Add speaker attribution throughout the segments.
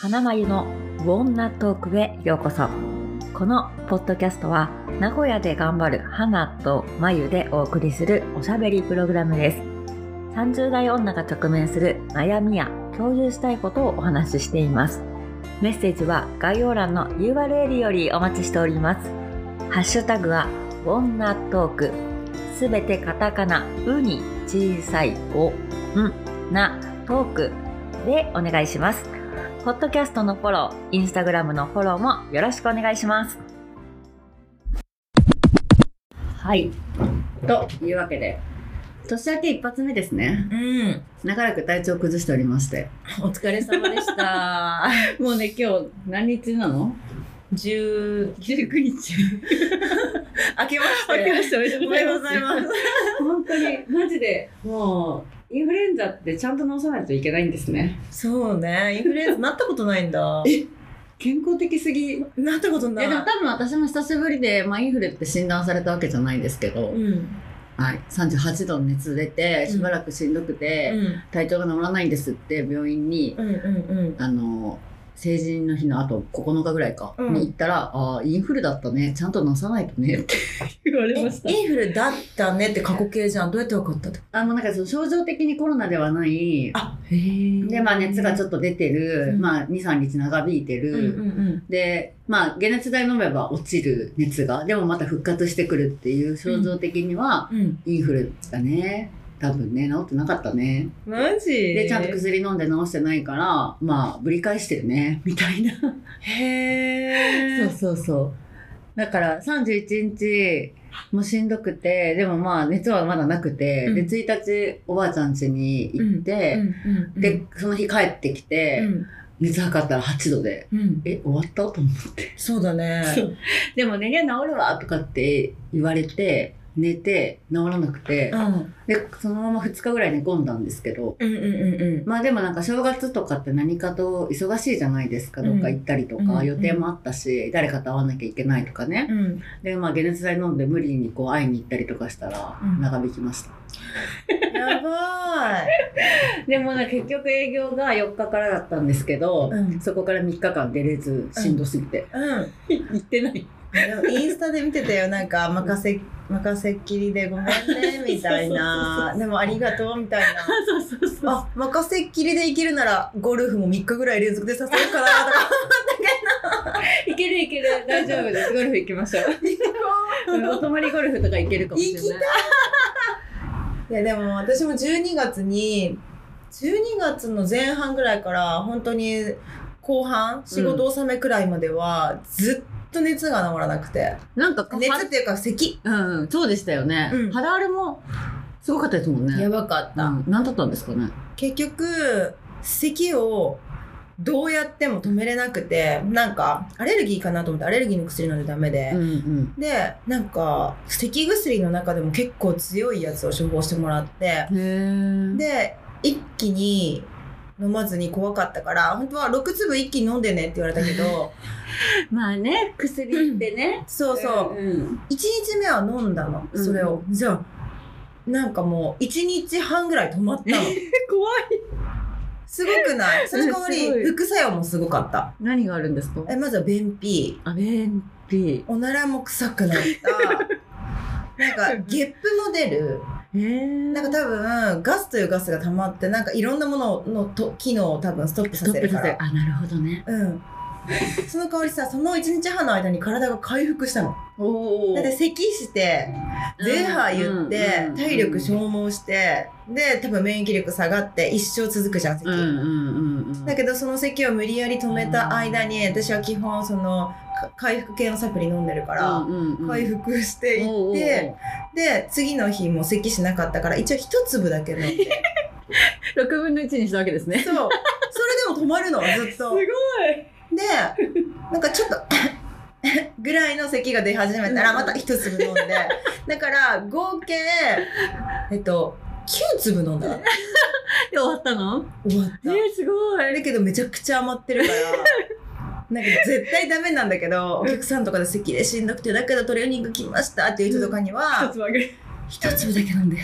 Speaker 1: 花まゆのウォンナトークへようこそこのポッドキャストは名古屋で頑張る花とまゆでお送りするおしゃべりプログラムです30代女が直面する悩みや共有したいことをお話ししていますメッセージは概要欄の URL よりお待ちしておりますハッシュタグはウォンナトークすべてカタカナウに小さいおんなトークでお願いしますポッドキャストのフォロー、インスタグラムのフォローもよろしくお願いします。はい。というわけで、
Speaker 2: 年明け一発目ですね
Speaker 1: うん、
Speaker 2: 長らく体調崩しておりまして
Speaker 1: お疲れ様でした。
Speaker 2: もうね今日何日なの
Speaker 1: 十、
Speaker 2: ?19 日
Speaker 1: 明けまし
Speaker 2: 明けま
Speaker 1: て。
Speaker 2: しておめでと
Speaker 1: お
Speaker 2: う
Speaker 1: めでとう
Speaker 2: ご
Speaker 1: ご
Speaker 2: ざ
Speaker 1: ざ
Speaker 2: い
Speaker 1: い
Speaker 2: ま
Speaker 1: ますす。
Speaker 2: 本当にマジでもうインフルエンザってちゃんと治さないといけないんですね
Speaker 3: そうね、インフルエンザなったことないんだ。
Speaker 2: 健康的すぎえ
Speaker 3: なったことな
Speaker 2: で
Speaker 3: い。
Speaker 2: も多分私も久しぶりで、まあ、インフルって診断されたわけじゃないんですけど、
Speaker 3: うん。
Speaker 2: はい、38度の熱出てしばらくしんどく
Speaker 3: う
Speaker 2: て、
Speaker 3: ん。
Speaker 2: 体調が治らないんですって病院に
Speaker 3: うん。うん。
Speaker 2: あの成人の日のあと9日ぐらいか、
Speaker 3: うん
Speaker 2: に行ったら「ああインフルだったねちゃんとなさないとね」って言われました
Speaker 3: インフルだったねって過去形じゃん。どうやって分かったって。
Speaker 2: あのなんかその症状的にコロナではない
Speaker 3: あ、へえ
Speaker 2: でまあ熱がち
Speaker 3: ょっ
Speaker 2: ょっと出てる、
Speaker 3: うん
Speaker 2: まあ、23日長引いてる、
Speaker 3: うんうん
Speaker 2: でまあ解熱剤飲めば落ちる熱がでもまた復活してくるっていう症状的には、
Speaker 3: うん。うん。
Speaker 2: インフルだね多分ね治ってなかったね
Speaker 3: マジ
Speaker 2: でちゃんと薬飲んで治してないからまあぶり返してるねみたいな
Speaker 3: へ
Speaker 2: そう
Speaker 3: ー
Speaker 2: そうそう。だから31日もしんどくて、でもまあ熱はまだなくて、
Speaker 3: うん
Speaker 2: で、1日おばあちゃん家に行っ
Speaker 3: うん
Speaker 2: て、
Speaker 3: うん。
Speaker 2: で、その日帰ってきて、
Speaker 3: うん。
Speaker 2: 熱測ったら8度で、
Speaker 3: うん。
Speaker 2: え、終わったと思 って。
Speaker 3: そうだね。
Speaker 2: そうでもね、いや治るわとかって言われて、寝て、治らなくて
Speaker 3: う、ん。
Speaker 2: で、そのまま2日ぐらい寝込んだんですけど、
Speaker 3: うんうんうんうん。
Speaker 2: まあでもなんか正月とかって何かと忙しいじゃないですか、どっか行ったりと
Speaker 3: うんうんう
Speaker 2: か、
Speaker 3: ん
Speaker 2: 予定もあったし、誰かと会わなきゃいけないとかね。
Speaker 3: うん、
Speaker 2: でまあ解熱剤飲んで無理にこう会いに行ったりとかしたら
Speaker 3: うん
Speaker 2: 長引きました、
Speaker 3: やばい。
Speaker 2: でもね結局営業が4日からだったんですけど、
Speaker 3: うん
Speaker 2: そこから3日間出れずしんどすぎて、
Speaker 3: うん、
Speaker 2: 行ってない
Speaker 3: でもインスタで見てたよなんか任せ任せっきりでごめんねみたいなでもありがとうみたいな
Speaker 2: そうそうそ
Speaker 3: あ任せっきりでいけるならゴルフも3日ぐらい連続で誘うからとか
Speaker 2: いけるいける大丈夫ですゴルフ行きましょううんお泊まりゴルフとか行けるかもしれない
Speaker 3: 行きいやでも私も12月に12月の前半ぐらいから本当に後半仕事納めくらいまではずっと熱が治らなくて、
Speaker 2: なんかこう
Speaker 3: 熱っていうか咳
Speaker 2: はうんそうでしたよね、
Speaker 3: うん
Speaker 2: 肌荒れもすごかったですもんね
Speaker 3: やばかった、
Speaker 2: うん、何だったんですかね
Speaker 3: 結局咳をどうやっても止めれなくてなんかアレルギーかなと思ってアレルギーの薬飲んでダメで、
Speaker 2: うんうん
Speaker 3: でなんか咳薬の中でも結構強いやつを処方してもらって
Speaker 2: へえ
Speaker 3: で一気に飲まずに怖かったから本当は6粒一気に飲んでねって言われた けど
Speaker 2: まあね薬ってね、
Speaker 3: そう
Speaker 2: う
Speaker 3: そう
Speaker 2: ん
Speaker 3: 1日目は飲んだのそれを、じゃあなんかもう1日半ぐらい止まった の
Speaker 2: 怖い
Speaker 3: すごくないその代わ
Speaker 2: すごい
Speaker 3: り副作用もすごかった
Speaker 2: 何があるんですか
Speaker 3: えまずは便秘
Speaker 2: あ、便秘。
Speaker 3: おならも臭くなった なんかゲップも出る
Speaker 2: えー、
Speaker 3: なんか多分ガスというガスが溜まってなんかいろんなもののと機能を多分ストップさ
Speaker 2: スト
Speaker 3: せ
Speaker 2: ップ
Speaker 3: る
Speaker 2: さ
Speaker 3: か
Speaker 2: せる
Speaker 3: ら。
Speaker 2: あ、なるほどね。
Speaker 3: うん、その代わりさその1日半の間に体が回復したの
Speaker 2: お
Speaker 3: だって咳してゼーハー言って体力消耗してで多分免疫力下がって一生続くじゃん咳、
Speaker 2: うんうんうんうん。
Speaker 3: だけどその咳を無理やり止めた間に私は基本そのか回復系のサプリ飲んでるから、
Speaker 2: うんうんうん
Speaker 3: 回復していって、
Speaker 2: おうおうおう
Speaker 3: で次の日も咳しなかったから一応一粒だけ 飲んで
Speaker 2: 6分の1にしたわけですね。
Speaker 3: そうそれでも止まるのずっ
Speaker 2: す
Speaker 3: と
Speaker 2: ごい
Speaker 3: でなんかちょっと ぐらいの咳が出始めたらまた一粒飲んでだから合計えっと9粒飲んだ
Speaker 2: で、終わったの
Speaker 3: 終わっ
Speaker 2: え
Speaker 3: た
Speaker 2: ー、すごい。
Speaker 3: だけどめちゃくちゃ余ってるからなんか絶対ダメなんだけどお客さんとかで咳でしんどくてだけどトレーニング来ましたっていう人とかには
Speaker 2: つあげる。
Speaker 3: 一粒だけ飲んで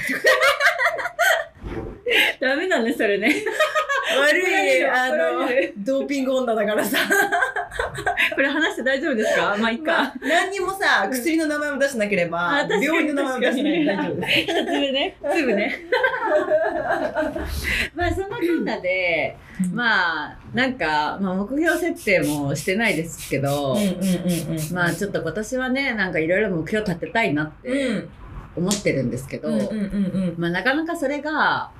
Speaker 2: ダメだね、それね。
Speaker 3: 悪い、あ
Speaker 2: 怒ら
Speaker 3: の
Speaker 2: れ、る
Speaker 3: ドーピング女だか らさ。
Speaker 2: これ話して大丈夫ですか まあいい
Speaker 3: ま
Speaker 2: か
Speaker 3: あ。何にもさ、薬の名前も出しなけれ
Speaker 2: あ
Speaker 3: ば
Speaker 2: 確か、に
Speaker 3: 病院の名前も出しなければ大丈夫です。
Speaker 2: 一つ目ね。すぐね。 まあそんなこんなで、まあなんか、まあ、目標設定もしてないですけど、
Speaker 3: うんうんうんうん。
Speaker 2: まあちょっと今年はね、なんかいろいろ目標立てたいなって
Speaker 3: うん。
Speaker 2: 思ってるんですけど、
Speaker 3: うんうんうん
Speaker 2: まあなかなかそれが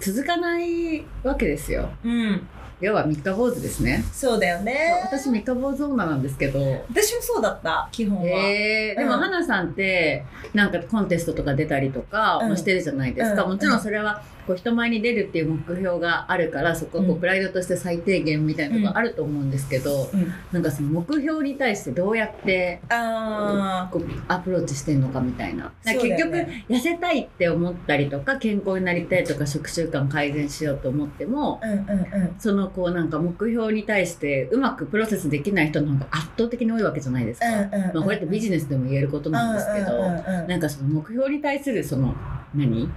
Speaker 2: 続かないわけですよ。
Speaker 3: うん。うん。
Speaker 2: 要は三日坊主ですね。
Speaker 3: そうだよね。
Speaker 2: 私三日坊主女なんですけど、
Speaker 3: 私もそうだった、基本は。
Speaker 2: えーでも、
Speaker 3: うん
Speaker 2: 花さんってなんかコンテストとか出たりとか
Speaker 3: うん
Speaker 2: もしてるじゃないですか、
Speaker 3: うん
Speaker 2: もちろんそれはこう人前に出るっていう目標があるからそこはこ
Speaker 3: う
Speaker 2: うんプライドとして最低限みたいなとこあると思うんですけど、
Speaker 3: うん
Speaker 2: なんかその目標に対してどうやって
Speaker 3: あ
Speaker 2: こうアプローチしてんのかみたいななんか
Speaker 3: そうだ
Speaker 2: 結
Speaker 3: よ
Speaker 2: 局
Speaker 3: ね
Speaker 2: 痩せたいって思ったりとか健康になりたいとか食習慣改善しようと思っても
Speaker 3: ー。うんうんうん。
Speaker 2: そのこうなんか目標に対してうまくプロセスできない人の方が圧倒的に多いわけじゃないですか。
Speaker 3: うんうん。
Speaker 2: まあ、これってビ
Speaker 3: ジ
Speaker 2: ジネスでも言えることなんですけど、なんかその目標に対するその何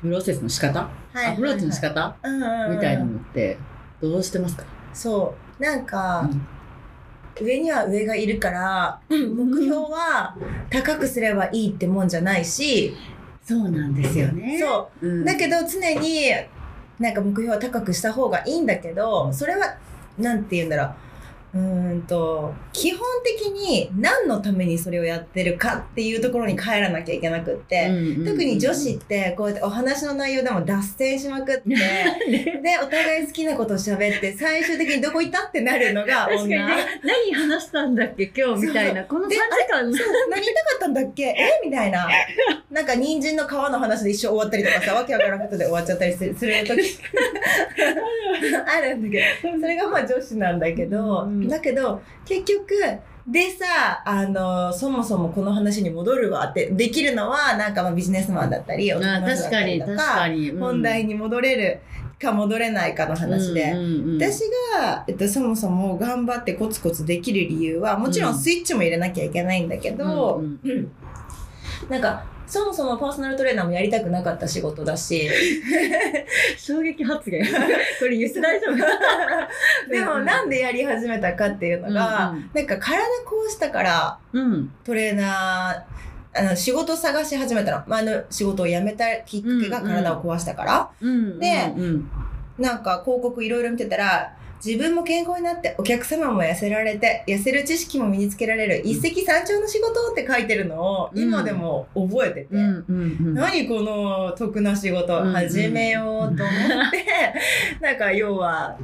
Speaker 2: プロセスの仕方、アプローチの仕方、
Speaker 3: 方
Speaker 2: みたいなのってどうしてますか、
Speaker 3: そう。なん
Speaker 2: う
Speaker 3: か、
Speaker 2: ん
Speaker 3: 上には上がいるから、目標は高くすればいいってもんじゃないし、
Speaker 2: そうなんですよね。、
Speaker 3: そうう。だけど常に、なんか目標は高くした方がいいんだけど、それは、なんて言うんだろう。うーんと、基本的に何のためにそれをやってるかっていうところに帰らなきゃいけなくって、特に女子ってこうやってお話の内容でも脱線しまくって でお互い好きなこと喋って最終的にどこ行ったってなるのが
Speaker 2: 確かにね
Speaker 3: 女。
Speaker 2: 何話したんだっけ今日みたいなこの3時
Speaker 3: で
Speaker 2: 間
Speaker 3: そう何言いたかったんだっけえみたいななんか人参の皮の話で一生終わったりとかさわけわからんことで終わっちゃったりするする 時あるんだけどそれがまあ女子なんだけど、
Speaker 2: うんうん
Speaker 3: だけど結局でさあのそもそもこの話に戻るわってできるのはなんかまあビジネスマンだったり
Speaker 2: あ
Speaker 3: 男の
Speaker 2: 確
Speaker 3: 人だっ
Speaker 2: か
Speaker 3: たり
Speaker 2: に
Speaker 3: と
Speaker 2: 確かに、うん
Speaker 3: 本題に戻れるか戻れないかの話で、
Speaker 2: うんうんうん
Speaker 3: 私が、えっと、そもそも頑張ってコツコツできる理由はもちろんスイッチも入れなきゃいけないんだけど、
Speaker 2: うんうん
Speaker 3: うんなんかそもそもパーソナルトレーナーもやりたくなかった仕事だし
Speaker 2: 衝撃発言これ言って大丈夫
Speaker 3: でもなんでやり始めたかっていうのが、
Speaker 2: うんうん
Speaker 3: なんか体こうしたから
Speaker 2: うん
Speaker 3: トレーナーあの仕事探し始めたの前の仕事を辞めたきっかけが体を壊したから、
Speaker 2: うん
Speaker 3: で
Speaker 2: うんうん
Speaker 3: なんか広告いろいろ見てたら自分も健康になってお客様も痩せられて痩せる知識も身につけられる一石三鳥の仕事って書いてるのを
Speaker 2: うん
Speaker 3: 今でも覚えてて、
Speaker 2: うんうんうん
Speaker 3: 何この得な仕事
Speaker 2: うん
Speaker 3: 始めようと思って、なんか要は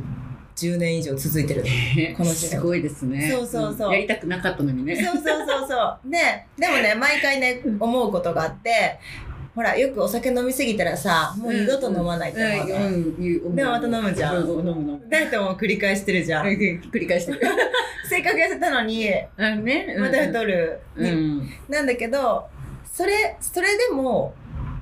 Speaker 3: 10年以上続いてる。この仕事
Speaker 2: すごいですね
Speaker 3: そうそうそうん
Speaker 2: やりたくなかったのにね
Speaker 3: そうそうそうそう。ね、でもね、毎回ね、思うことがあって、ほら、よくお酒飲みすぎたらさ、もう二度と飲まないって思うの
Speaker 2: うんうんうん
Speaker 3: でもまた飲むじゃん
Speaker 2: う飲む飲む
Speaker 3: 誰とも繰り返してるじゃん。
Speaker 2: 繰り返してる
Speaker 3: せっかく痩せたのに、
Speaker 2: あね
Speaker 3: また太る、
Speaker 2: うん
Speaker 3: なんだけどそれそれでも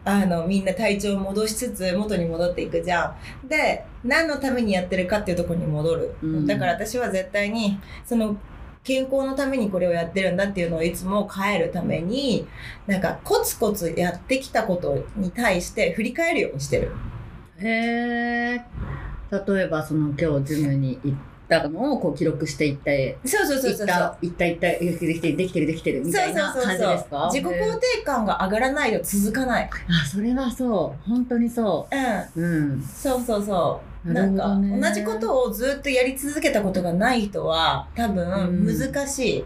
Speaker 3: あのみんな体調を戻しつつ元に戻っていくじゃん。で何のためにやってるかっていうところに戻る、
Speaker 2: うん
Speaker 3: だから私は絶対にその健康のためにこれをやってるんだっていうのをいつも変えるためになんかコツコツやってきたことに対して振り返るようにしてる。
Speaker 2: へえ例えばその今日ジムに行ったのをこう記録していって
Speaker 3: そうそうそ
Speaker 2: 行
Speaker 3: うそ
Speaker 2: っ
Speaker 3: うそう
Speaker 2: た行った行ったできてるできてるできてるみたいな
Speaker 3: そうそう
Speaker 2: 感じ
Speaker 3: そ
Speaker 2: で
Speaker 3: う
Speaker 2: すか
Speaker 3: そう自己肯
Speaker 2: へえ
Speaker 3: 定感が上がらないと続かない。
Speaker 2: あそれはそう本当にそ
Speaker 3: うん
Speaker 2: ううん
Speaker 3: そうそうそう。
Speaker 2: な
Speaker 3: な
Speaker 2: る
Speaker 3: ん
Speaker 2: ほ
Speaker 3: か
Speaker 2: どね
Speaker 3: 同じことをずっとやり続けたことがない人は多分
Speaker 2: うん
Speaker 3: 難しい。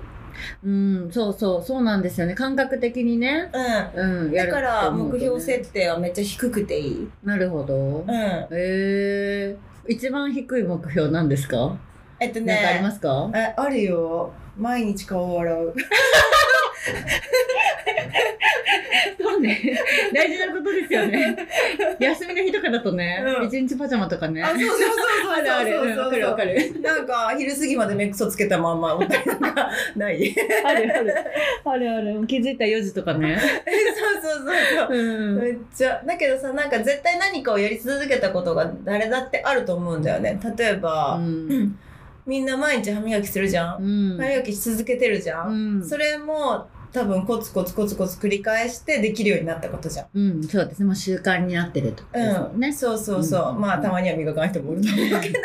Speaker 3: うん。
Speaker 2: うんそうそうそうなんですよね感覚的にねうんや
Speaker 3: だ
Speaker 2: る
Speaker 3: か
Speaker 2: と
Speaker 3: ら
Speaker 2: 思うと
Speaker 3: 目
Speaker 2: ね
Speaker 3: 標設定はめっちゃ低くていい。
Speaker 2: なるほど
Speaker 3: う。ん。
Speaker 2: ええ一番低い目標なんですか？
Speaker 3: えっと
Speaker 2: なんかありま
Speaker 3: ね。
Speaker 2: す か？
Speaker 3: ああるよ。毎日顔を洗う。
Speaker 2: そうね。大事なことですよ ね。休みの日とかだとね
Speaker 3: うん
Speaker 2: 一、日パジャマとかね
Speaker 3: あ、そうそうそうそう。そう
Speaker 2: うん
Speaker 3: そう
Speaker 2: わ
Speaker 3: そ
Speaker 2: か
Speaker 3: う
Speaker 2: るわかる。
Speaker 3: なんか昼過ぎまで目くそつけたまんまおったりなんか ない。そう
Speaker 2: あるある。あるある。気づいた4時とかね。
Speaker 3: そうそうそう。
Speaker 2: うん。
Speaker 3: めっちゃだけどさなんか絶対何かをやり続けたことが誰だってあると思うんだよね例えば、
Speaker 2: うん。
Speaker 3: みんな毎日歯磨きするじゃん、
Speaker 2: うん。
Speaker 3: 歯磨きし続けてるじゃ、
Speaker 2: うんん。
Speaker 3: それも多分コツコツコツコツ繰り返してできるようになったことじゃん。
Speaker 2: うん、そうですね。もう習慣になってるってことですもんね。
Speaker 3: そうそうそう。
Speaker 2: うん
Speaker 3: まあたまには磨かない人もいると思うけど、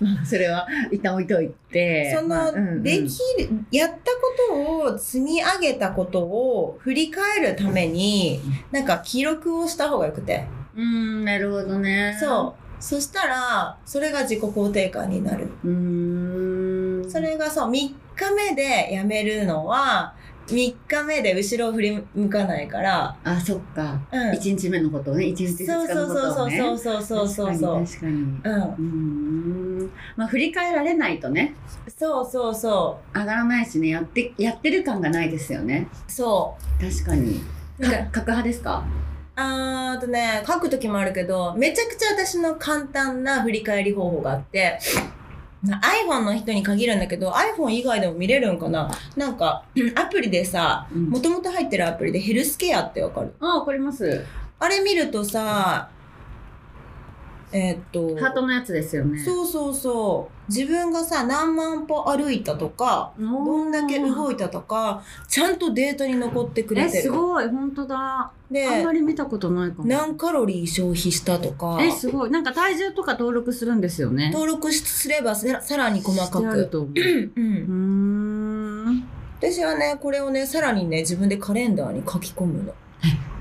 Speaker 2: まあそれは一旦置いといて。
Speaker 3: そ
Speaker 2: まあうんう
Speaker 3: の
Speaker 2: ん
Speaker 3: できる、やったことを積み上げたことを振り返るためになんか記録をした方がよくて。
Speaker 2: うん、なるほどね。
Speaker 3: そう。そしたらそれが自己肯定感になる。
Speaker 2: う。うーん。
Speaker 3: それがそう3日目でやめるのは3日目で後ろを振り向かないから。
Speaker 2: あ、そっか。
Speaker 3: うん。
Speaker 2: 一日目のことをね、一日二日
Speaker 3: そうそ
Speaker 2: の
Speaker 3: う
Speaker 2: ことをね。
Speaker 3: そうそうそうそうそう。
Speaker 2: 確かに確かに。
Speaker 3: うん。
Speaker 2: うーん。まあ振り返られないとね、
Speaker 3: そうそうそ
Speaker 2: 上がらないしね、やってやってる感がないですよね。
Speaker 3: う。そ
Speaker 2: 確かに。
Speaker 3: う。なん
Speaker 2: か
Speaker 3: か
Speaker 2: 角派ですか？
Speaker 3: あーあとね、書くときもあるけど、めちゃくちゃ私の簡単な振り返り方法があって、な iPhone の人に限るんだけど、iPhone 以外でも見れるんかななんか、アプリでさ、
Speaker 2: うん
Speaker 3: もともと入ってるアプリでヘルスケアってわかる
Speaker 2: あ、わかります。
Speaker 3: あれ見るとさ、えーっと、
Speaker 2: ハートのやつですよね。
Speaker 3: そうそうそう。自分がさ、何万歩歩いたとか、ど
Speaker 2: ど
Speaker 3: んだけ動
Speaker 2: い
Speaker 3: いたとか、ちゃんとデータに残ってくれ
Speaker 2: え、
Speaker 3: て
Speaker 2: す
Speaker 3: る。
Speaker 2: ごい、本当だ。
Speaker 3: で、
Speaker 2: あんまり見たことないかも。
Speaker 3: 何カロリー消費したとか
Speaker 2: え、すごい。なんか体重とか登録するんですよね。
Speaker 3: 登録すればささらに細か
Speaker 2: してある
Speaker 3: く、
Speaker 2: と思う。う
Speaker 3: うん、
Speaker 2: ーん。
Speaker 3: 私はねこれをねさらにね自分でカレンダーに書き込むの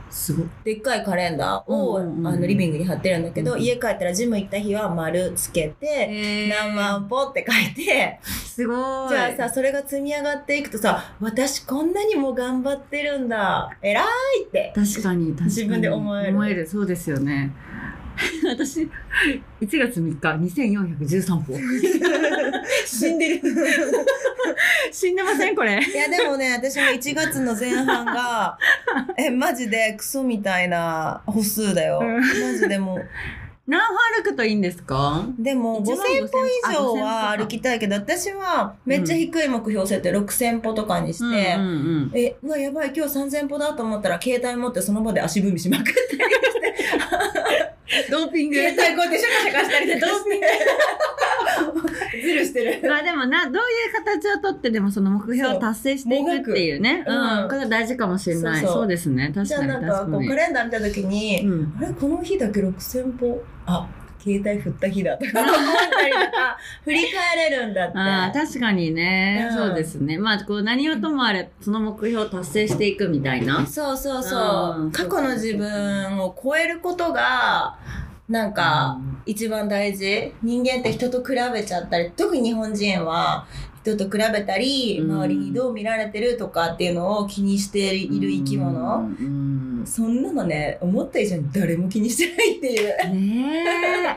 Speaker 2: すごい。
Speaker 3: でっかいカレンダーを、
Speaker 2: うんうんうん
Speaker 3: あのリビングに貼ってるんだけど、
Speaker 2: うん
Speaker 3: 家帰ったらジム行った日は丸つけて、
Speaker 2: え
Speaker 3: 何万歩って書いて、
Speaker 2: すごい。
Speaker 3: じゃあさそれが積み上がっていくとさ私こんなにも頑張ってるんだ偉いって
Speaker 2: 確かに確かに
Speaker 3: 自分で思える
Speaker 2: 思えるそうですよね 私1月3日2413歩
Speaker 3: 死んでる
Speaker 2: 死んでませんこれ
Speaker 3: いやでもね私も1月の前半 がえマジでクソみたいな歩数だよ、
Speaker 2: うん
Speaker 3: マジでもう
Speaker 2: 何歩歩くといいんですか
Speaker 3: でも
Speaker 2: 1
Speaker 3: 5000
Speaker 2: 万
Speaker 3: 歩以上は
Speaker 2: あ5000
Speaker 3: 歩きたいけど私はめっちゃ低い目標設定6000歩とかにして、
Speaker 2: うんうんうん
Speaker 3: えうわやばい今日3000歩だと思ったら携帯持ってその場で足踏みしまくって
Speaker 2: ドーピング
Speaker 3: 携帯こうやってシャカシャカしたりでどうして ズルして る
Speaker 2: まあでもなどういう形をとってでもその目標を達成していくっていうね
Speaker 3: そうもがく
Speaker 2: うんこれが大事かもしれない
Speaker 3: そう
Speaker 2: そう
Speaker 3: そう
Speaker 2: ですね確
Speaker 3: じゃ
Speaker 2: か
Speaker 3: あ
Speaker 2: に
Speaker 3: なんか
Speaker 2: 確か
Speaker 3: こう
Speaker 2: に
Speaker 3: カレンダー見た時に、
Speaker 2: うん
Speaker 3: あれこの日だけ6000歩あ携帯振った日だとか思ったりとか振り返れるんだって
Speaker 2: あー確かにね、
Speaker 3: うん
Speaker 2: そうですねまあこう何をともあれその目標を達成していくみたいな
Speaker 3: そうそう
Speaker 2: う
Speaker 3: そ
Speaker 2: ん
Speaker 3: う過去の自分を超えることがなんか一番大事人間って人と比べちゃったり特に日本人は人と比べたり
Speaker 2: うん
Speaker 3: 周りにどう見られてるとかっていうのを気にしている生き
Speaker 2: う
Speaker 3: 物
Speaker 2: ん
Speaker 3: そんなのね思った以上に誰も気にしてないっていう
Speaker 2: ね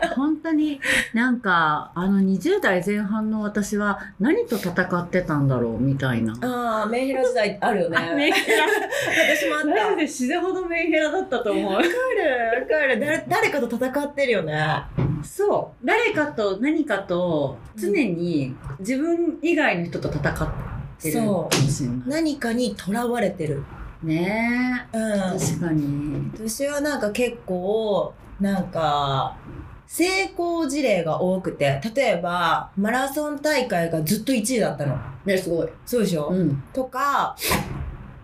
Speaker 2: え本当になんかあの20代前半の私は何と戦ってたんだろうみたいな。
Speaker 3: ああメンヘラ時代あるよね
Speaker 2: あメンヘラ
Speaker 3: 私もあったわかる
Speaker 2: で死ぬほどメンヘラだったと思う
Speaker 3: わかる誰誰かと戦ってるよね
Speaker 2: そう誰かと何かと常に自分以外の人と戦ってるか
Speaker 3: そ
Speaker 2: も
Speaker 3: う
Speaker 2: しれない
Speaker 3: 何かにとらわれてる
Speaker 2: ね
Speaker 3: うん
Speaker 2: え確かに
Speaker 3: 私はなんか結構なんか成功事例が多くて例えばマラソン大会がずっと1位だったの
Speaker 2: ねすごい
Speaker 3: そうでしょ、
Speaker 2: うん
Speaker 3: とか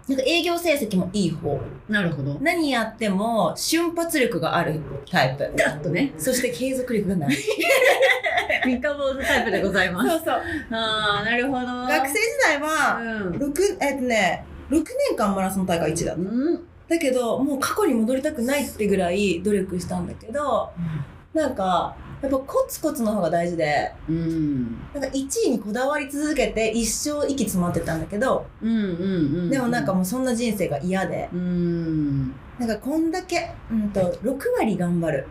Speaker 3: なんか営業成績もいい方
Speaker 2: なるほど
Speaker 3: 何やっても瞬発力があるタイプ
Speaker 2: あとね
Speaker 3: そして継続力 がないそ
Speaker 2: 三日坊主タイプでございます
Speaker 3: うそう
Speaker 2: ああなるほど
Speaker 3: 学生時代は
Speaker 2: うん
Speaker 3: 6えっとね6年間マラソン大会1位だった
Speaker 2: うん
Speaker 3: だけどもう過去に戻りたくないってぐらい努力したんだけどなんかやっぱコツコツの方が大事で
Speaker 2: うん
Speaker 3: なんか1位にこだわり続けて一生息詰まってたんだけど
Speaker 2: うんうんうん
Speaker 3: でもなんかもうそんな人生が嫌で
Speaker 2: うん
Speaker 3: なんかこんだけ、うん、と6割頑張る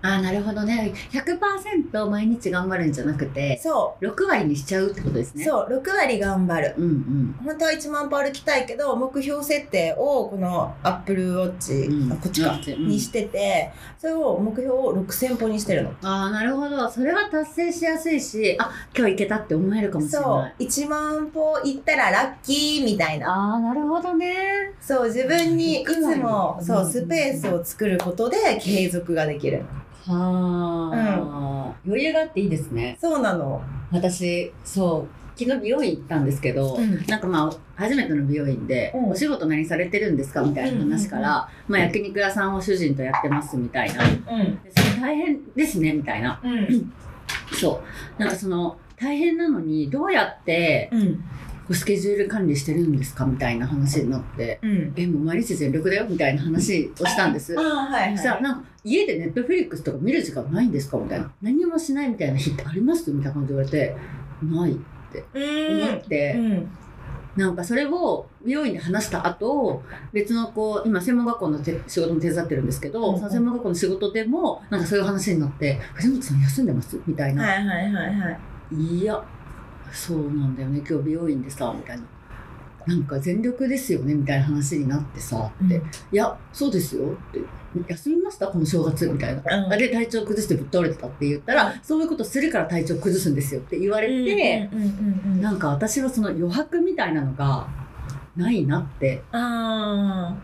Speaker 2: ああなるほどね100%毎日頑張るんじゃなくて
Speaker 3: そ
Speaker 2: 6割にしちゃうってことです
Speaker 3: う
Speaker 2: ねう
Speaker 3: そう6割頑張る
Speaker 2: うんうん
Speaker 3: 本当は1万歩歩きたいけど目標設定をこのアップルウォッチ、
Speaker 2: うん
Speaker 3: あこっちか、
Speaker 2: うん
Speaker 3: にしててそれを目標を6000歩にしてるの
Speaker 2: ああなるほどそれは達成しやすいしあ今日いけたって思えるかもしれ
Speaker 3: そ
Speaker 2: ないう
Speaker 3: 1万歩行ったらラッキーみたいな
Speaker 2: ああなるほどね
Speaker 3: そう自分にいつも
Speaker 2: うん
Speaker 3: そうスペースを作ることで継続ができる
Speaker 2: はあ、余裕があっていいですね
Speaker 3: そうなの
Speaker 2: 私そう昨日美容院行ったんですけど、
Speaker 3: うん
Speaker 2: なんかまあ初めての美容院で、
Speaker 3: うん
Speaker 2: お仕事何されてるんですかみたいな話から、まあ、焼肉屋さんを主人とやってますみたいなで
Speaker 3: うん
Speaker 2: それ大変ですねみたいな
Speaker 3: うん
Speaker 2: そうなんかその大変なのにどうやって
Speaker 3: うん
Speaker 2: こうスケジュール管理してるんですかみたいな話になって
Speaker 3: うん
Speaker 2: えもう毎日全力だよみたいな話をしたんです
Speaker 3: ああ はいはい
Speaker 2: さあなんか家でネットフリックスとか見る時間ないんですかみたいな何もしないみたいな日ってありますみたいな感じで言われてないって
Speaker 3: う
Speaker 2: 思っ
Speaker 3: ん
Speaker 2: て、
Speaker 3: うん
Speaker 2: なんかそれを美容院で話した後別のこう今専門学校のて仕事も手伝ってるんですけど、
Speaker 3: うんうん
Speaker 2: その専門学校の仕事でもなんかそういう話になって「藤本さん休んでます?」みたいな「
Speaker 3: はいはいはいはい
Speaker 2: い、やそうなんだよね今日美容院でさ」みたいな「なんか全力ですよね」みたいな話になってさって、いや、そうですよって、休みましたこの正月みたいな。
Speaker 3: うん
Speaker 2: で、体調崩してぶっ倒れてたって言ったら、そういうことするから体調崩すんですよって言われて、
Speaker 3: うんうんうんうん
Speaker 2: なんか私はその余白みたいなのがないなって、
Speaker 3: あ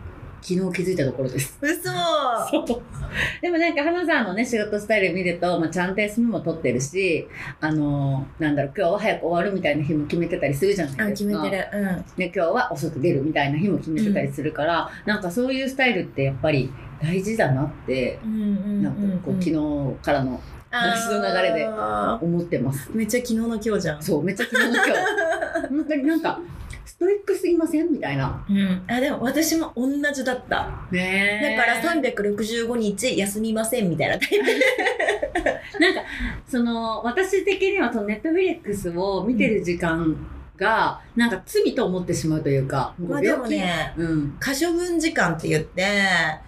Speaker 2: 昨日気づいたところです。
Speaker 3: ー嘘は
Speaker 2: でもなんか花さんのね仕事スタイル見ると、まあ、ちゃんと休みも取ってるしあのーなんだろう今日は早く終わるみたいな日も決めてたりするじゃない
Speaker 3: あ
Speaker 2: です
Speaker 3: 決
Speaker 2: か
Speaker 3: めてるうん
Speaker 2: で今日は遅く出るみたいな日も決めてたりするから、なんかそういうスタイルってやっぱり大事だなって
Speaker 3: うんうんうん
Speaker 2: なんかこう昨日からの話の流れで
Speaker 3: あー
Speaker 2: 思って ます。
Speaker 3: めっちゃ昨日の今日じゃん
Speaker 2: そうめっちゃ昨日の今日 本当になんかストイックすぎませんみたいな。
Speaker 3: うん、あでも私も同じだっただ
Speaker 2: ね
Speaker 3: から365日休みませんみたいなタイプ
Speaker 2: なんかその私的にはそのネットフリックスを見てる時間がなんか罪と思ってしまうというか。もう
Speaker 3: まあ
Speaker 2: 病気
Speaker 3: でも。ね
Speaker 2: うん。
Speaker 3: 可処分時間って言って、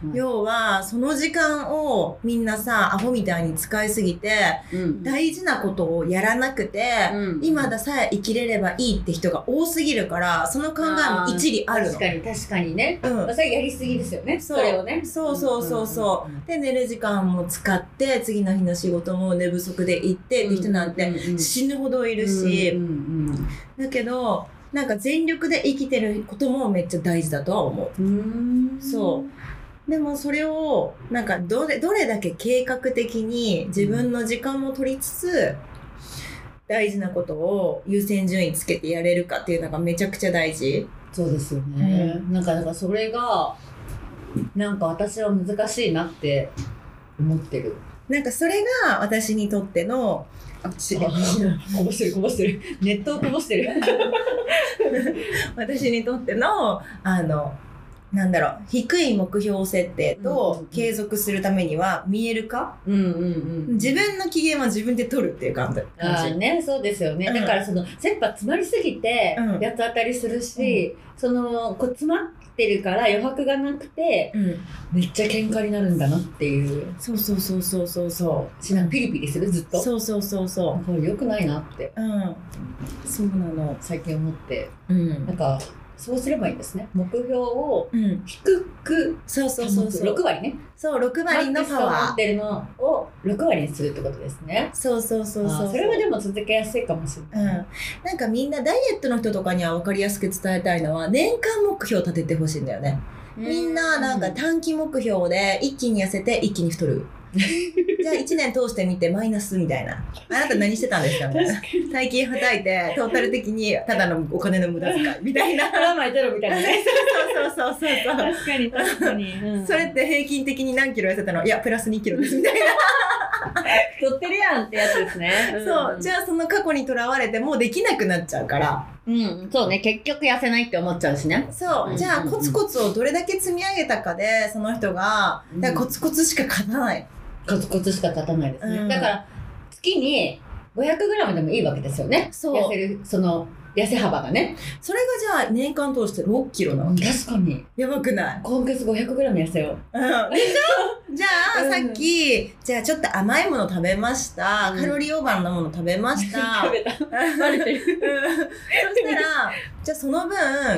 Speaker 2: うん
Speaker 3: 要はその時間をみんなさアホみたいに使いすぎて
Speaker 2: うん。
Speaker 3: 大事なことをやらなくて、
Speaker 2: うん
Speaker 3: 今ださえ生きれればいいって人が多すぎるからその考えも一理ある
Speaker 2: 確かに確かにね。
Speaker 3: の。うん
Speaker 2: それやりすぎですよね。
Speaker 3: そ
Speaker 2: そうれをね。
Speaker 3: そうそうそうそ
Speaker 2: うん。
Speaker 3: で寝る時間も使って次の日の仕事も寝不足で行ってって人なんて
Speaker 2: て
Speaker 3: 死ぬほどい
Speaker 2: い
Speaker 3: るし、
Speaker 2: うんうんうん
Speaker 3: だけどなんか全力で生きてることもめっちゃ大事だとは思
Speaker 2: うーん
Speaker 3: そうんでもそれをなんかどれどれだけ計画的に自分の時間も取りつつ大事なことを優先順位つけてやれるかっていうのがめちゃくちゃ大事
Speaker 2: そうですよね、なんかだからそれがなんか私は難しいなって思ってる
Speaker 3: なんかそれが私にとって の
Speaker 2: あちこぼしてるこぼしてるネットをこぼして る
Speaker 3: 私にとってのあのなんだろう低い目標設定
Speaker 2: うんうんう
Speaker 3: と
Speaker 2: ん
Speaker 3: 継続するためには見える化
Speaker 2: うんうんうん
Speaker 3: 自分の機嫌は自分で取るっていう感じ
Speaker 2: あーね、そうですよね、
Speaker 3: うん
Speaker 2: だからその切羽詰まりすぎて
Speaker 3: うん
Speaker 2: 八つ当たりするし、そのこう詰まってるから余白がなくて
Speaker 3: うん
Speaker 2: めっちゃ喧嘩になるんだなっていう
Speaker 3: そうそうそうそうそうそ
Speaker 2: しなんかピリピリするずっ
Speaker 3: う。
Speaker 2: と
Speaker 3: そうそうそうそ
Speaker 2: これ良くないなって
Speaker 3: う。うん。そうなの。
Speaker 2: 最近思って
Speaker 3: う
Speaker 2: なん
Speaker 3: ん。
Speaker 2: かそうすればいいんですね目標を
Speaker 3: うん。
Speaker 2: 低く
Speaker 3: そうそうそうそう。
Speaker 2: 6割ね
Speaker 3: そう、六
Speaker 2: マ
Speaker 3: 割のパワ
Speaker 2: 持っ
Speaker 3: ー。
Speaker 2: てるのを6割にするってことですね
Speaker 3: そうそうそう
Speaker 2: あ
Speaker 3: そう。
Speaker 2: ーそれはでも続けやすいかもし
Speaker 3: う
Speaker 2: れ
Speaker 3: ん、
Speaker 2: ない、
Speaker 3: なんかみんなダイエットの人とかには分かりやすく伝えたいのは年間目標立ててほしいんだよね、みんななんか短期目標で一気に痩せて一気に太 るじゃあ1年通してみてマイナスみたいなあなた何してたんですかみたいな最近はたいてトータル的にただのお金の無駄遣いみたいな
Speaker 2: ラマイゼロみたいな ね
Speaker 3: そうそうそうそうそう
Speaker 2: 確かに確かに、
Speaker 3: それって平均的に何キロ痩せたのいやプラス2キロですみたい
Speaker 2: 取ってるやんってやつですね
Speaker 3: なそうじ
Speaker 2: ゃ
Speaker 3: ゃあその過去にとらわれてもうできなくなっちゃうから
Speaker 2: うんそうね結局痩せないって思っちゃうしね
Speaker 3: そう、
Speaker 2: うん
Speaker 3: じゃあコツコツをどれだけ積み上げたかでその人が
Speaker 2: うん
Speaker 3: だからコツコツしか勝たない、
Speaker 2: コツコツしか立たないですね、
Speaker 3: うん
Speaker 2: だから月に 500g でもいいわけですよね
Speaker 3: そう
Speaker 2: 痩せるその痩せ幅がね
Speaker 3: それがじゃあ年間通して6キロなの
Speaker 2: 確かに
Speaker 3: やばくない、
Speaker 2: 今月 500g 痩せよう
Speaker 3: うん、でしょじゃあ、
Speaker 2: うん
Speaker 3: さっきじゃあちょっと甘いもの食べました、
Speaker 2: うん
Speaker 3: カロリーオーバーなもの食べまし た
Speaker 2: 食べたバレてる
Speaker 3: うんそしたらじゃあその分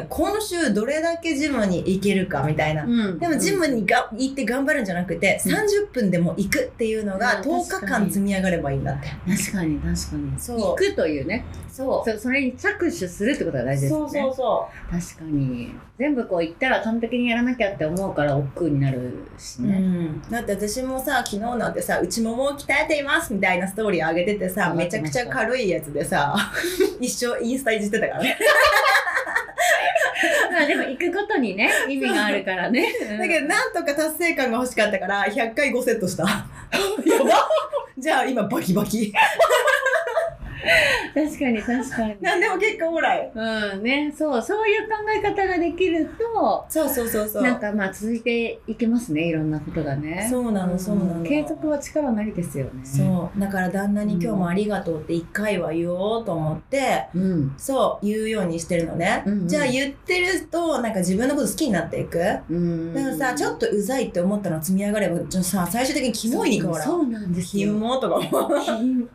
Speaker 3: 今週どれだけジムに行けるかみたいな
Speaker 2: うん
Speaker 3: でもジムにが行って頑張るんじゃなくて、
Speaker 2: うん
Speaker 3: 30分でも行くっていうのが
Speaker 2: うん
Speaker 3: 10日
Speaker 2: 確か
Speaker 3: 間
Speaker 2: に
Speaker 3: 積み上がればいいんだって。
Speaker 2: 確かに確かに
Speaker 3: そう
Speaker 2: 行くというね
Speaker 3: そ
Speaker 2: そそれに着
Speaker 1: 着手するってことが大事ですね
Speaker 3: そうそうそ
Speaker 1: 確かに全部こう言ったら完璧にやらなきゃって思うから億劫になるし
Speaker 3: う、
Speaker 1: ね、
Speaker 3: うん、だって私もさ昨日なんてさ「うちももう鍛えています」みたいなストーリー上げててさ
Speaker 1: 上が
Speaker 3: め
Speaker 1: っ
Speaker 3: ちゃ
Speaker 1: て
Speaker 3: く
Speaker 1: まし
Speaker 3: ち
Speaker 1: た
Speaker 3: ゃ軽いやつでさ 一生インスタいじってたからね
Speaker 1: まあでも行くことに ね意味があるからね
Speaker 3: だけどなんとか達成感が欲しかったから100回5セットしたやばじゃあ今バキバキ
Speaker 1: 確かに確かに
Speaker 3: 何でも結果オーライ
Speaker 1: うんねそうそういう考え方ができると
Speaker 3: そうそうそうそ
Speaker 1: なんかまあ続いていけますねいろんなことがね
Speaker 3: そうなのそうなの、
Speaker 1: ん継続は力なりですよね
Speaker 3: そうだから旦那に「今日もありがとう」って1回は言おうと思って、
Speaker 1: う、うん
Speaker 3: そう言うようにしてるのね、
Speaker 1: うんうん
Speaker 3: じゃあ言ってるとなんか自分のこと好きになっていく、
Speaker 1: うん、
Speaker 3: だからさちょ
Speaker 1: と
Speaker 3: っとうざいって思ったの積み上がればちょっとさ最終的にキモいに変わら
Speaker 1: そ
Speaker 3: ん
Speaker 1: うなんです
Speaker 3: キ
Speaker 1: よ
Speaker 3: モとかも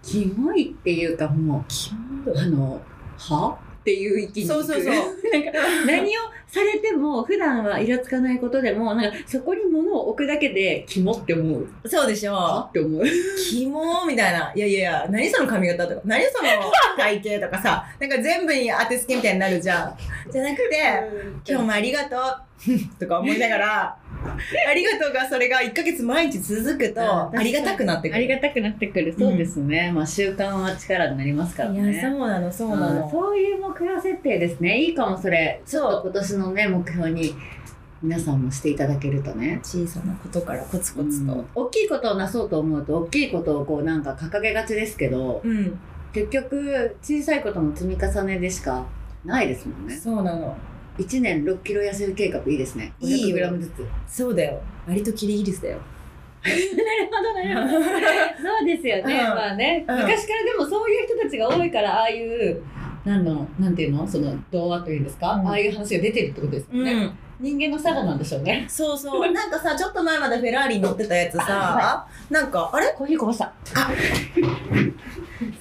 Speaker 1: キキモいっていうかも
Speaker 3: キモ
Speaker 1: うあのはっていう域に行
Speaker 3: そ
Speaker 1: く
Speaker 3: うそうそう
Speaker 2: 何をされても普段はイラつかないことでもなんかそこに物を置くだけで
Speaker 1: キモって思う
Speaker 3: そうでし
Speaker 1: は
Speaker 3: ょ
Speaker 1: って思う
Speaker 3: キモーみたいな。いやいやいや、何その髪型とか、何その体型とかさ、なんか全部に当てつけみたいになるじゃん。じゃなくて、今日もありがとう とか思いながら、ありがとうがそれが1ヶ月毎日続くと、
Speaker 1: あ
Speaker 3: ありがたくなってく
Speaker 1: あ
Speaker 3: る。
Speaker 1: りがたくなってくるそうですね、まあ習慣は力になりますから
Speaker 3: い
Speaker 1: ね
Speaker 3: や、そうなの、そうな
Speaker 1: あー
Speaker 3: の。
Speaker 1: そういう目標設定ですねいいかもそれちょっと今年のね目標に皆さんもしていただけるとね
Speaker 3: 小さなことからコツコ
Speaker 1: う
Speaker 3: ツと
Speaker 1: ん。大きいことをなそうと思うと大きいことをこうなんか掲げがちですけど
Speaker 3: うん、
Speaker 1: 結局小さいことの積み重ねでしかないですもんね
Speaker 3: そうなの。
Speaker 1: 1年6キロ痩せる計画いいですね
Speaker 3: いいよ
Speaker 1: 500g ずつ
Speaker 3: そうだよ。割とキリギリス だよ。
Speaker 2: なるほどなるほどそうですよね、
Speaker 3: うん
Speaker 2: まあね、
Speaker 3: うん
Speaker 2: 昔からでもそういう人たちが多いからああいうなんだろうなんていうのその童話というんですか、
Speaker 3: うん
Speaker 2: ああいう話が出てるってことですよね、
Speaker 3: うん。
Speaker 2: 人間の差がなんでしょうね
Speaker 3: そう そう。なんかさ、ちょっと前までフェラーリに乗ってたやつさ、なんか、あれ
Speaker 2: コーヒーこぼした
Speaker 3: す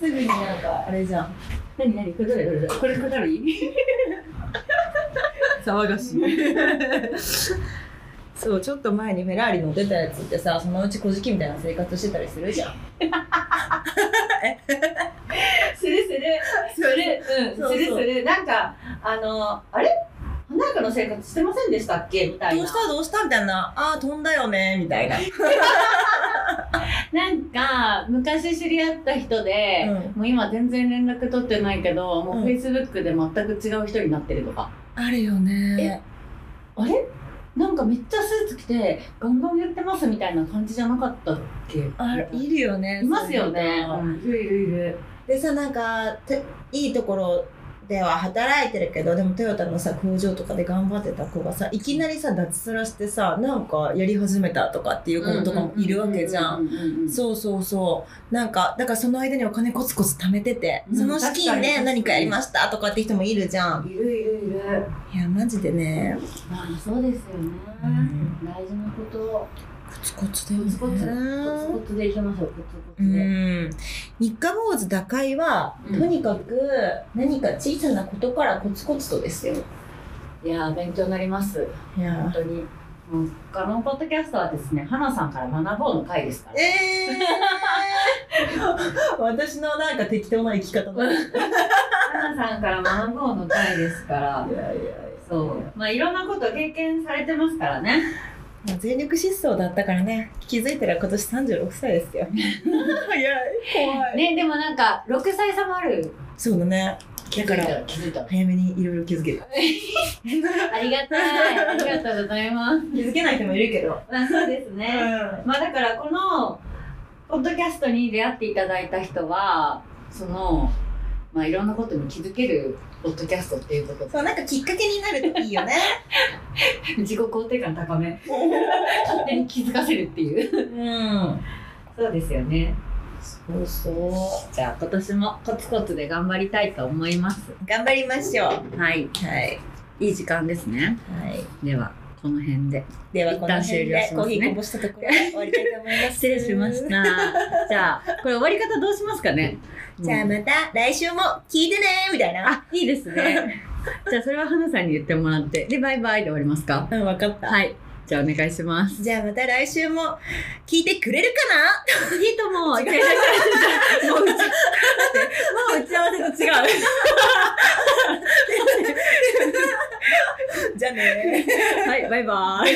Speaker 3: ぐになんか、あれじゃん。
Speaker 2: 何何これどれどれどれこれこれどれ
Speaker 3: 騒がしい そうちょっと前にフェラーリ乗ってたやつってさそのうち小じみたいな生活してたりするじゃん
Speaker 2: するするす
Speaker 3: そ
Speaker 2: るうん
Speaker 3: そうそう
Speaker 2: するするなんかあのあれ華やかな生活してませんでしたっけみたいな
Speaker 3: どうしたどうしたみたいなあー飛んだよねみたいな、
Speaker 2: なんか昔知り合った人で、
Speaker 3: うん
Speaker 2: もう今全然連絡取ってないけどもううんフェイスブックで全く違う人になってるとか、
Speaker 3: あるよね
Speaker 2: あれなんかめっちゃスーツ着てガンガンやってますみたいな感じじゃなかったっけ
Speaker 3: あるいるよね
Speaker 2: いますよね
Speaker 3: そういうの
Speaker 2: うんいるいるいる
Speaker 3: でさなんかていいところでは働いてるけどでもトヨタのさ工場とかで頑張ってた子がさいきなりさ脱サラしてさなんかやり始めたとかっていう子とかもいるわけじゃん
Speaker 2: うううう
Speaker 3: そうそうそうなんかだからその間にお金コツコツ貯めてて、
Speaker 2: うん
Speaker 3: その資金
Speaker 2: 確か
Speaker 3: で
Speaker 2: に
Speaker 3: 何かやりましたとかって人もいるじゃん
Speaker 2: いるいるいる
Speaker 3: いやマジでね、
Speaker 2: まあそうですよね、
Speaker 3: ん
Speaker 2: 大事なこと
Speaker 3: コツコツだ
Speaker 2: コツコツコツ
Speaker 3: う
Speaker 2: コツでいきましょうコツコツで、
Speaker 3: ん三日坊主打開は、
Speaker 2: うん
Speaker 3: とにかく何か小さなことからコツコツとですよ
Speaker 2: いやー勉強になります
Speaker 3: い
Speaker 2: 本
Speaker 3: や
Speaker 2: 当にもう他のポッドキャストはですね花さんから学ぼうの回です から
Speaker 3: えー、 私のなんか適当な生き方だいやい
Speaker 2: 花さんから学ぼうの回ですから
Speaker 3: やい
Speaker 2: そうまあいろんなこと経験されてますからね
Speaker 3: や全力疾走だったからね気づいたら今年36歳ですよ 早い怖
Speaker 2: ねでもなんか6歳差もある
Speaker 3: そうだね。だから、
Speaker 2: 気づいた
Speaker 3: 早めにいろいろ気づけた。
Speaker 2: ありがたいありがとうございます
Speaker 3: 気づけない人もいるけど。
Speaker 2: まあそうですねまあだからこのポッドキャストに出会っていただいた人はそのまあいろんなことに気づけるポッドキャストっていうこと
Speaker 3: そう、なんかきっかけになるといいよね。
Speaker 2: 自己肯定感高め勝手に気づかせるっていう
Speaker 3: うん。
Speaker 2: そうですよね
Speaker 3: そうそ
Speaker 2: じゃあ今年もコツコツで頑張りたいと思います
Speaker 3: う。頑張りましょう。は
Speaker 2: はい
Speaker 3: い。
Speaker 2: いい時間ですね
Speaker 3: はい。
Speaker 2: ではこの辺で
Speaker 3: では、この辺
Speaker 2: 一旦終了
Speaker 3: で
Speaker 2: しますね
Speaker 3: コーヒーこぼしたところで終わりたいと思います。
Speaker 2: 失礼しまし。た じゃあこれ終わり方どうしますかね
Speaker 3: じゃあ
Speaker 2: も
Speaker 3: ま
Speaker 2: う
Speaker 3: た来週も聞いてねみたいな。
Speaker 2: あいいですね じゃあそれは花さんに言ってもらってでバイバイで終わりますか
Speaker 3: うん、わかった。
Speaker 2: はい。じゃあお願いします。
Speaker 3: じゃあまた来週も聞いてくれるか
Speaker 2: いいとも。もう打
Speaker 3: 違う
Speaker 2: ち 合わせと違 う。
Speaker 1: ない。